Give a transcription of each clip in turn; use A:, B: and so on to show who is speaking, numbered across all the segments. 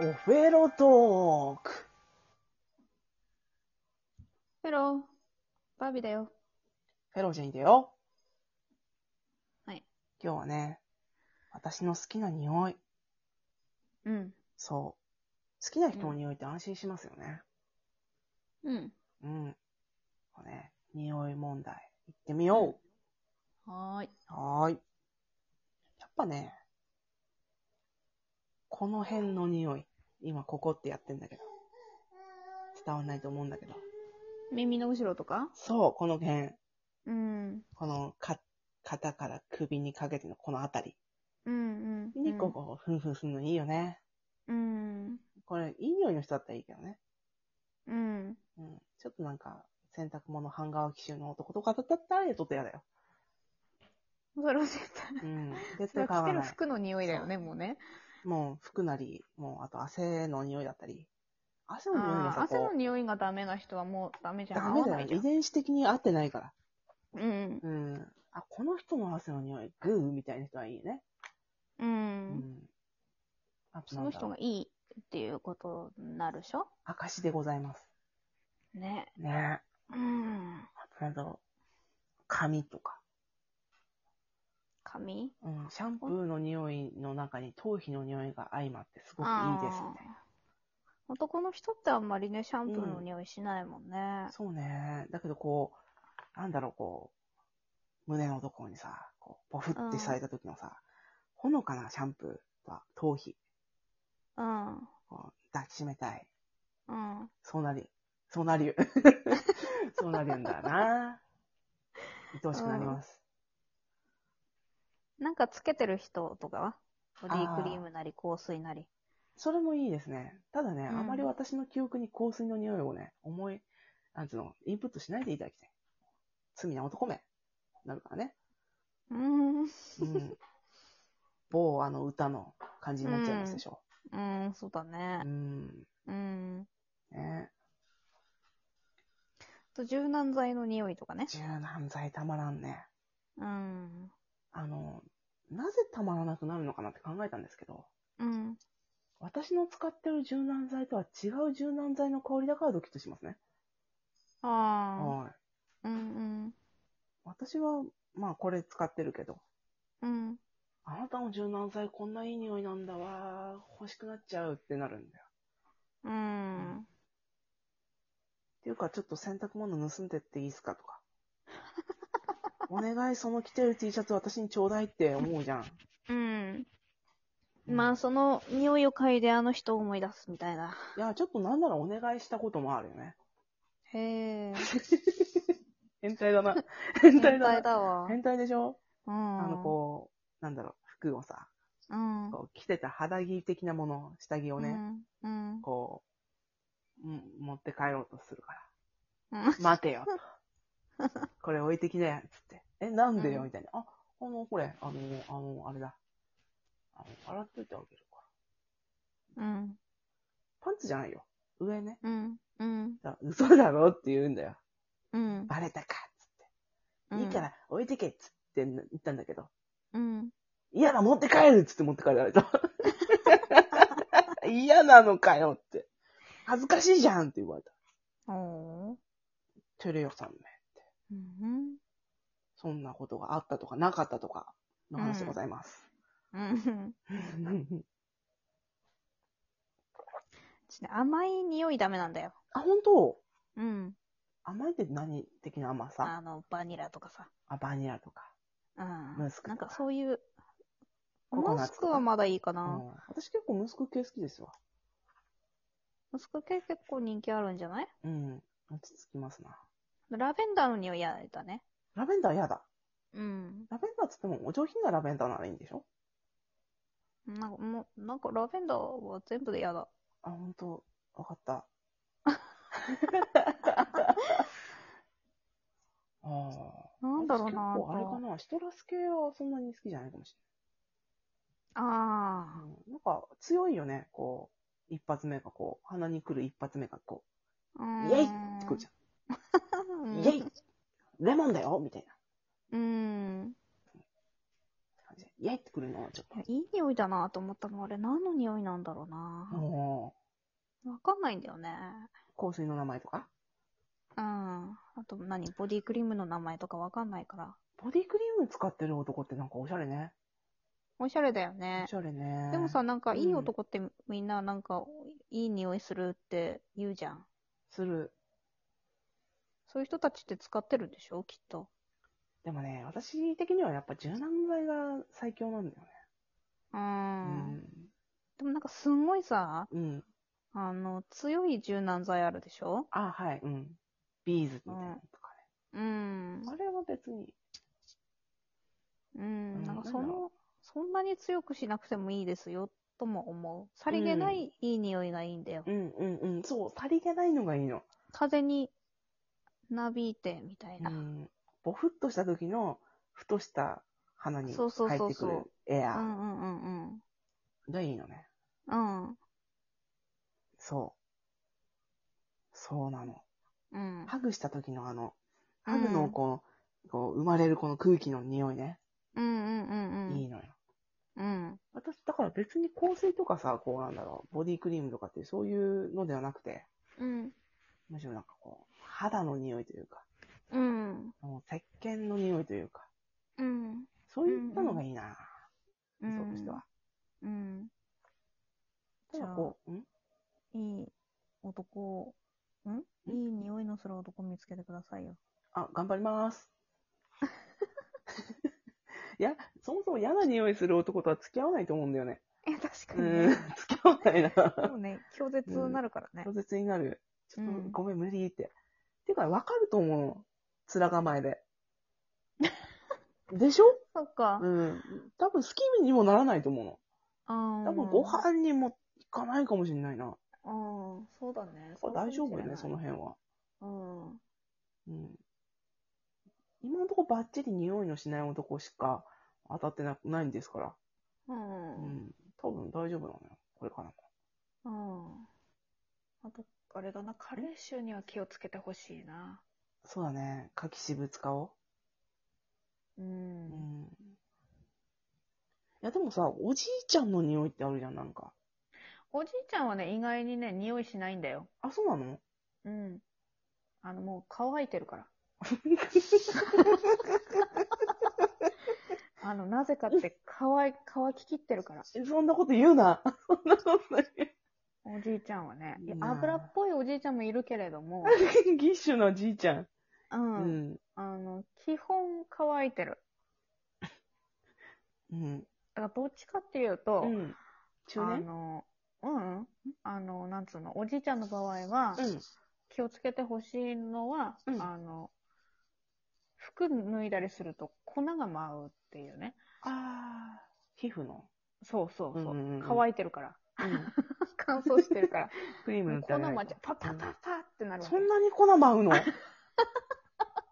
A: オフェロトーク。
B: ヘロー。バービーだよ。
A: フェロジェイだよ。
B: はい。
A: 今日はね、私の好きな匂い。
B: うん。
A: そう。好きな人の匂いって安心しますよね。
B: うん。
A: うん。これね、匂い問題。行ってみよ
B: はーい。
A: う。はーい。やっぱね、この辺の匂い。今、ここってやってんだけど。伝わんないと思うんだけど。
B: 耳の後ろとか
A: そう、この辺。
B: うん。
A: このか、肩から首にかけてのこのあたり
B: うんうん。
A: にここふんふんするのいいよね。
B: うん。
A: これ、いい匂いの人だったらいいけどね。
B: うん。
A: うん。ちょっとなんか、洗濯物ハンガー機種の男とかだったら、ちょっと嫌だよ。
B: そ れは絶対。
A: うん。絶
B: そ
A: 対買
B: れは着
A: わ
B: てる
A: ない。
B: 服の匂いだよね、もうね。
A: もう、服なり、もう、あと汗の匂いだったり。汗の匂いが
B: あー
A: さ、
B: 汗の
A: こう、
B: 匂いがダメな人はもうダメじゃん。
A: ダ
B: 合
A: メ
B: わ
A: だ
B: な
A: よ
B: い。じゃ
A: 遺
B: ん。
A: 伝子的に合ってないから。
B: うん。
A: うん。あ、この人の汗の匂い、グーみたいな人はいいね。
B: う。
A: うんん。あと
B: そ
A: なん
B: の
A: だ
B: 人
A: ろう
B: がいいっていうことになるでしょ
A: 証でございます。
B: ね。
A: ねえ。
B: うん。
A: あとなんだろう。髪とか。
B: 髪
A: うん。シャンプーの匂いの中に頭皮の匂いが相まってすごくいいですみたいな。
B: 男の人ってあんまりね、シャンプーの
A: うん
B: 匂いしないもんね。
A: そうね。だけどこう、なんだろう、こう、胸のところにさ、こう、ボフってされた時のさ、ほのかなシャンプーは頭皮、
B: うん。
A: こう抱きしめたい。
B: うん。
A: そうなり、そうなりゅ。そうなりゅんだな。愛おしくなります。
B: なんかつけてる人とかはボディ
A: あー
B: ークリームなり香水なり。
A: それもいいですね。ただね、
B: うん
A: あまり私の記憶に香水の匂いをね、思い、なんつうの、インプットしないでいただきたい。罪な男め。なるからね。
B: うーん。う
A: うん。某あの歌の感じになっちゃいますでしょ。
B: ーん、そうだね
A: う。ん。
B: うん。
A: ね、
B: と柔軟剤の匂いとかね。
A: 柔軟剤たまらんね。
B: うん。
A: あの、なぜたまらなくなるのかなって考えたんですけど、
B: うん。
A: 私の使ってる柔軟剤とは違う柔軟剤の香りだからドキッとしますね。
B: あ
A: はい。
B: あ。うん
A: 私は、まあこれ使ってるけど、
B: うん。うん。
A: あなたの柔軟剤こんないい匂いなんだわー、欲しくなっちゃうってなるんだよ。
B: う
A: っ
B: ん。
A: ていうか、ちょっと洗濯物盗んでっていいですかと か。お願い、その着てる T シャツ私にちょうだいって思うじゃん。
B: うん。
A: うん
B: まあ、その匂いを嗅いであの人を思い出すみたいな。
A: いや、ちょっとなんならお願いしたこともあるよね。
B: へえ。
A: 変態だ な。変態
B: 変
A: だ
B: 態
A: な。
B: だわ。
A: 変態でしょ、
B: うん。
A: あの、こう、なんだろう、服をさ、
B: うん。
A: こう着てた肌着的なもの、下着をね、
B: うん。うん。
A: こう、うん持って帰ろうとするから。
B: うん
A: 待 てよ、と。これ置いてきなよ、つって。え、なんでよ、
B: うん
A: みたいな。あ、あの、これ、あの、あの、あれだ。あの、洗っといてあげるから。
B: うん。
A: パンツじゃないよ。上ね。
B: うん。うん。
A: だ嘘だろって言うんだよ。
B: うん。
A: バレたか、つって。いいから、置いてけ、つって言ったんだけど。
B: うん。
A: 嫌だ、持って帰るっつって持って帰られ た。嫌なのかよって。恥ずかしいじゃんって言われた。
B: うん。おー。
A: テレ屋さんね。
B: うん。
A: そんなことがあったとかなかったとかの話でございます。
B: うん。ちょっとね甘い匂いダメなんだよ。
A: あ、本当
B: うん。
A: 甘いって何的な甘さ
B: あの、バニラとかさ。
A: あ、バニラとか。
B: うん。
A: ムスクとか
B: なんかそういう、
A: ココナ
B: マ
A: ッツ
B: ス
A: とか
B: クはまだいいか
A: う
B: な。
A: ん、私結構ムスク系好きですわ。
B: マスク系結構人気あるんじゃない
A: うん。落ち着きますな。
B: ラベンダーの匂い嫌だね。
A: ラベンダー嫌だ。
B: うん。
A: ラベンダーっつってもお上品なラベンダーならいいんでしょ
B: なんかもう、なんかラベンダーは全部で嫌だ。
A: あ、本当わかった。 ああ。
B: なんだろう
A: 私
B: な
A: 結構あれかな、シトラス系はそんなに好きじゃないかもしれ
B: あ
A: ない。うん、なんか強いよね、こう、一発目がこう、鼻に来る一発目がこ
B: あ。
A: う、
B: う
A: イ
B: ん
A: エイってくるじゃん。イエイレモンだよみたいな
B: うん。
A: 感じで。イエイってくるのはちょっ
B: いやいい匂いだなと思ったのあれ何の匂いなんだろうな
A: と。も
B: わかんないんだよね
A: う、香水の名前とか
B: うんあと何ボディクリームの名前とかわかんないから
A: ボディクリーム使ってる男ってなんかおしゃれね。
B: おしゃれだよね
A: おしゃれね。
B: でもさ、、なんか
A: うん
B: いい男ってみんななんかいい匂いするって言うじゃん。
A: する。
B: そういう人たちって使ってるんでしょきっと。
A: でもね、私的にはやっぱ柔軟剤が最強なんだよね。
B: う。
A: うん
B: でもなんかすんごいさ、
A: ん。うん。
B: あの、強い柔軟剤あるでしょ
A: あ、はい。うん。ビーズみたいなのとか
B: うん
A: ね。。あれは別に。
B: うん。なんかそ
A: なんだろ
B: の、そんなに強くしなくてもいいですよ、とも思う。さりげないいい匂いがいいんだよ。
A: うんうんうん。そう、さりげないのがいいの。
B: 風になびいて、みたいうな。うん
A: ん。ぼふっとした時の、ふとした鼻に
B: そうそうそう
A: 入
B: そう
A: ってくるエ
B: う
A: ア
B: んうん
A: ーがいいのね。
B: うん。
A: そう。そうなの。
B: うん。うん。
A: ハグした時のあの、
B: うん
A: ハグのこう、こう生まれるこの空気の匂いね。
B: うんうんうんうん。
A: いいのよ。
B: うん。
A: 私、だから別に香水とかさ、こうなんだろう、ボディクリームとかってそういうのではなくて、
B: うん。
A: むしろなんかこう、肌の匂いというか、
B: うん。
A: もう石鹸の匂いというか、
B: うん。
A: そういったのがいいな、
B: う
A: 理想としては。
B: うん。
A: ただこう、ん
B: いい男を、んいい匂いのする男見つけてくださいよ。
A: あ、頑張ります。 いや、そもそも嫌な匂いする男とは付き合わないと思うんだよね。
B: え、確か
A: う
B: に
A: ん、
B: ね。
A: 付き合わないな。
B: でもね、拒絶になるからね
A: 拒。絶になる。ちょっと、
B: うん
A: ごめん、無理って。ていうか、わかると思うの。面構え で。でしょ
B: そっか。
A: うん。多分、好きにもならないと思うの。
B: あ
A: 多分、ご飯にも行かないかもしれないな。
B: あーそうだね。
A: これ大丈夫よね、
B: そ
A: そう
B: か
A: の
B: もし
A: 辺は。
B: れない。うん。
A: うん。今のところばっちり匂いのしない男しか当たってなないんですから。
B: うん。
A: うん。多分大丈夫なのよ。これからも。
B: うん。あと、あれだな、加齢臭には気をつけてほしいな。
A: そうだね。柿渋使おう。う
B: う。
A: んん。いや、でもさ、おじいちゃんの匂いってあるじゃん、なんか。
B: おじいちゃんはね、意外にね、匂いしないんだよ。
A: あ、そうなの
B: うん。あの、もう乾いて るから。あの、なぜかって乾い、乾ききってるから。
A: えそんなこと言うな。 そんなこと言
B: おじいちゃんはね。いや
A: いいなあ
B: 油っぽいおじいちゃんもいるけれども、
A: う。ギッシュなじいちゃん。
B: う。
A: うんん。
B: あの、基本乾いてる。
A: うん。
B: だからどっちかっていうと、
A: うん。中
B: あ
A: 年
B: の、うんうん。あの、なんつうの、おじいちゃんの場合は、
A: うん。
B: 気をつけてほしいのは、
A: うん
B: あの、服脱いだりすると粉が舞うっていうね。
A: あー、皮膚の。
B: そうそうそう。
A: うんうんうん
B: 乾いて るから。
A: うん。
B: 乾燥してるから。
A: クリーム塗って
B: 粉
A: あげな
B: ま
A: い
B: ち
A: と
B: ゃ、パッパッパッパッってなるわけ
A: そんなに粉舞うの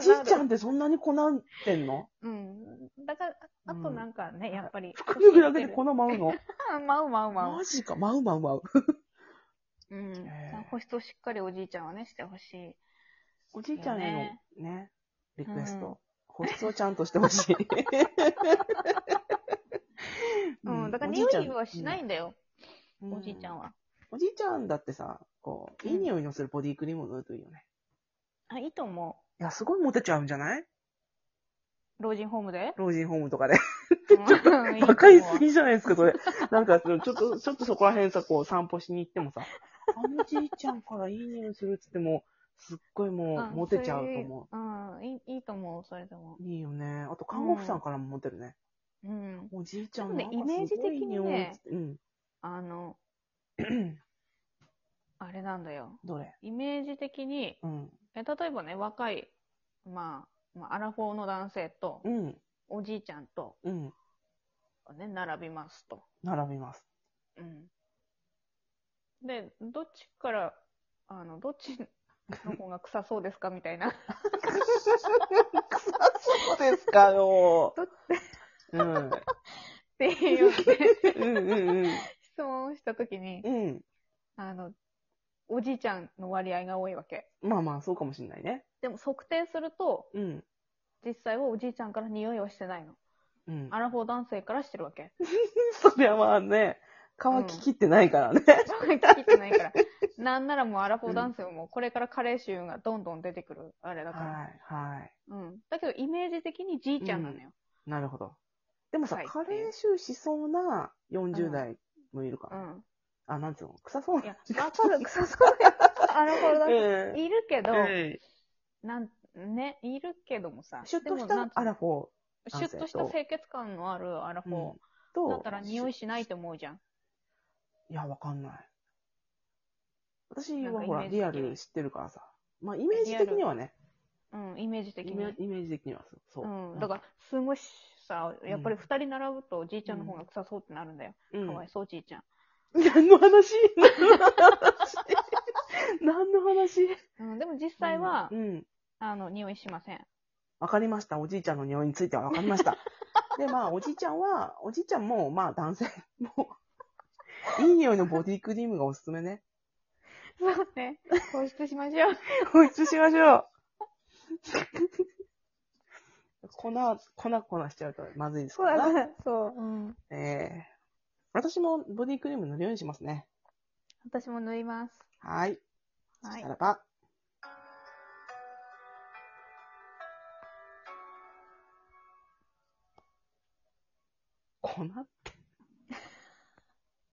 A: じいちゃんってそんなに粉ってんの
B: うん。だから、ああとなんかね、やっぱり。
A: 服脱ぐだけで粉舞うの
B: あまうまうま
A: マ
B: う。
A: ジか、舞う舞う舞う。
B: うん。
A: へえ
B: 保湿をしっかりおじいちゃんはね、してほしい。
A: おじいちゃんへのね、リクエス
B: うん
A: ト。保湿をちゃんとしてほしい。
B: うん。だから匂いはしないんだよ、おじいちゃん
A: は。
B: は。
A: おじいちゃんだってさ、こう、いい匂いのするボディクリームを塗るといいよね。
B: あ、いいと思。
A: いや、すごいモテちゃうんじゃないう
B: 老人ホームで。
A: 老人ホームとかで。
B: うん
A: バカにす
B: いい
A: ぎじゃないですか、それ。なんか、ちょっと、 ちょっとそこら辺さ、こう散歩しに行ってもさ、あのじいちゃんからいい匂いするっつっても、すっごい
B: と
A: も
B: 思
A: う、モテちゃうと思
B: うん。いい、いいと思う、それでも。
A: う。いいよね。あと、看護婦さんからもモテるね。
B: うん。
A: おじいちゃん
B: でもね
A: なんか
B: イメージ
A: すごい
B: 的にね
A: 匂いっつってうん。
B: あの、あれなんだよ。
A: どれ
B: イメージ的に、
A: うん。
B: え例えばね、若い、まあ、まあ、アラフォーの男性と、
A: うん。
B: おじいちゃんと、
A: うん。
B: ね、並びますと。
A: 並びます。
B: うん。で、どっちから、あの、どっちの方が臭そうですかみ たいな。
A: そうですか、よ
B: どっ
A: うん。
B: ていうようなね
A: うんうん
B: 質問をしたときに
A: う、ん。うん。
B: あの、おじいちゃんの割合が多いわけ。
A: まあまあ、そうかもしんないね。
B: でも測定すると、
A: うん。
B: 実際はおじいちゃんから匂いはしてないの。
A: うん。
B: アラフォー男性からしてるわけ。
A: そりゃまあね、乾ききってないからね。
B: 乾ききってない から。なんならもうアラフォー男性もこれから加齢臭がどんどん出てくる、あれだから。
A: はい、はい。
B: うん。だけどイメージ的にじいちゃんなのよ。
A: なるほど。でもさ、
B: はい
A: 加齢臭しそうな40代もいるか
B: う
A: ら、
B: ん。
A: あ、なんつうの臭そう
B: い
A: な
B: や。、わかる、臭そうや。アラフォー男性。
A: ええ
B: いるけど、
A: ええ
B: なん、ね、いるけどもさ。
A: シュッとし
B: でもな
A: た
B: ん
A: アラフォー。
B: シュッとした清潔感のあるアラフォー。
A: と、。
B: だったら匂いしないいと思うじゃん。
A: いや、わかんない。私
B: なんか
A: はほら、
B: イメ
A: リア
B: ージ的に
A: ル知ってるからさ。まあ、イメージ的にはね。
B: うん、イメージ的
A: イ
B: に。
A: メイメージ的にはそう。そう
B: うん、だから、すごいさ、やっぱり二人並ぶとじいちゃんの方が臭そうってなるんだよ。
A: ら、うん
B: かわいそう、じいちゃん。
A: 何の話何の話何の話
B: うん、でも実際は、
A: うん。
B: あの、匂いしません。
A: わかりました。おじいちゃんの匂いについてはわかりま した。で、まあ、おじいちゃんは、おじいちゃんも、まあ、男性も、いい匂いのボディクリームがおすすめね。
B: そうね。放出しましょう。
A: 保湿しましょう。粉、粉粉しちゃうとまずいですからね。
B: そう。うん。
A: ええ私もボディクリーム塗るようにしますね。
B: 私も塗ります。
A: はい。
B: はい
A: さ。らば。粉っ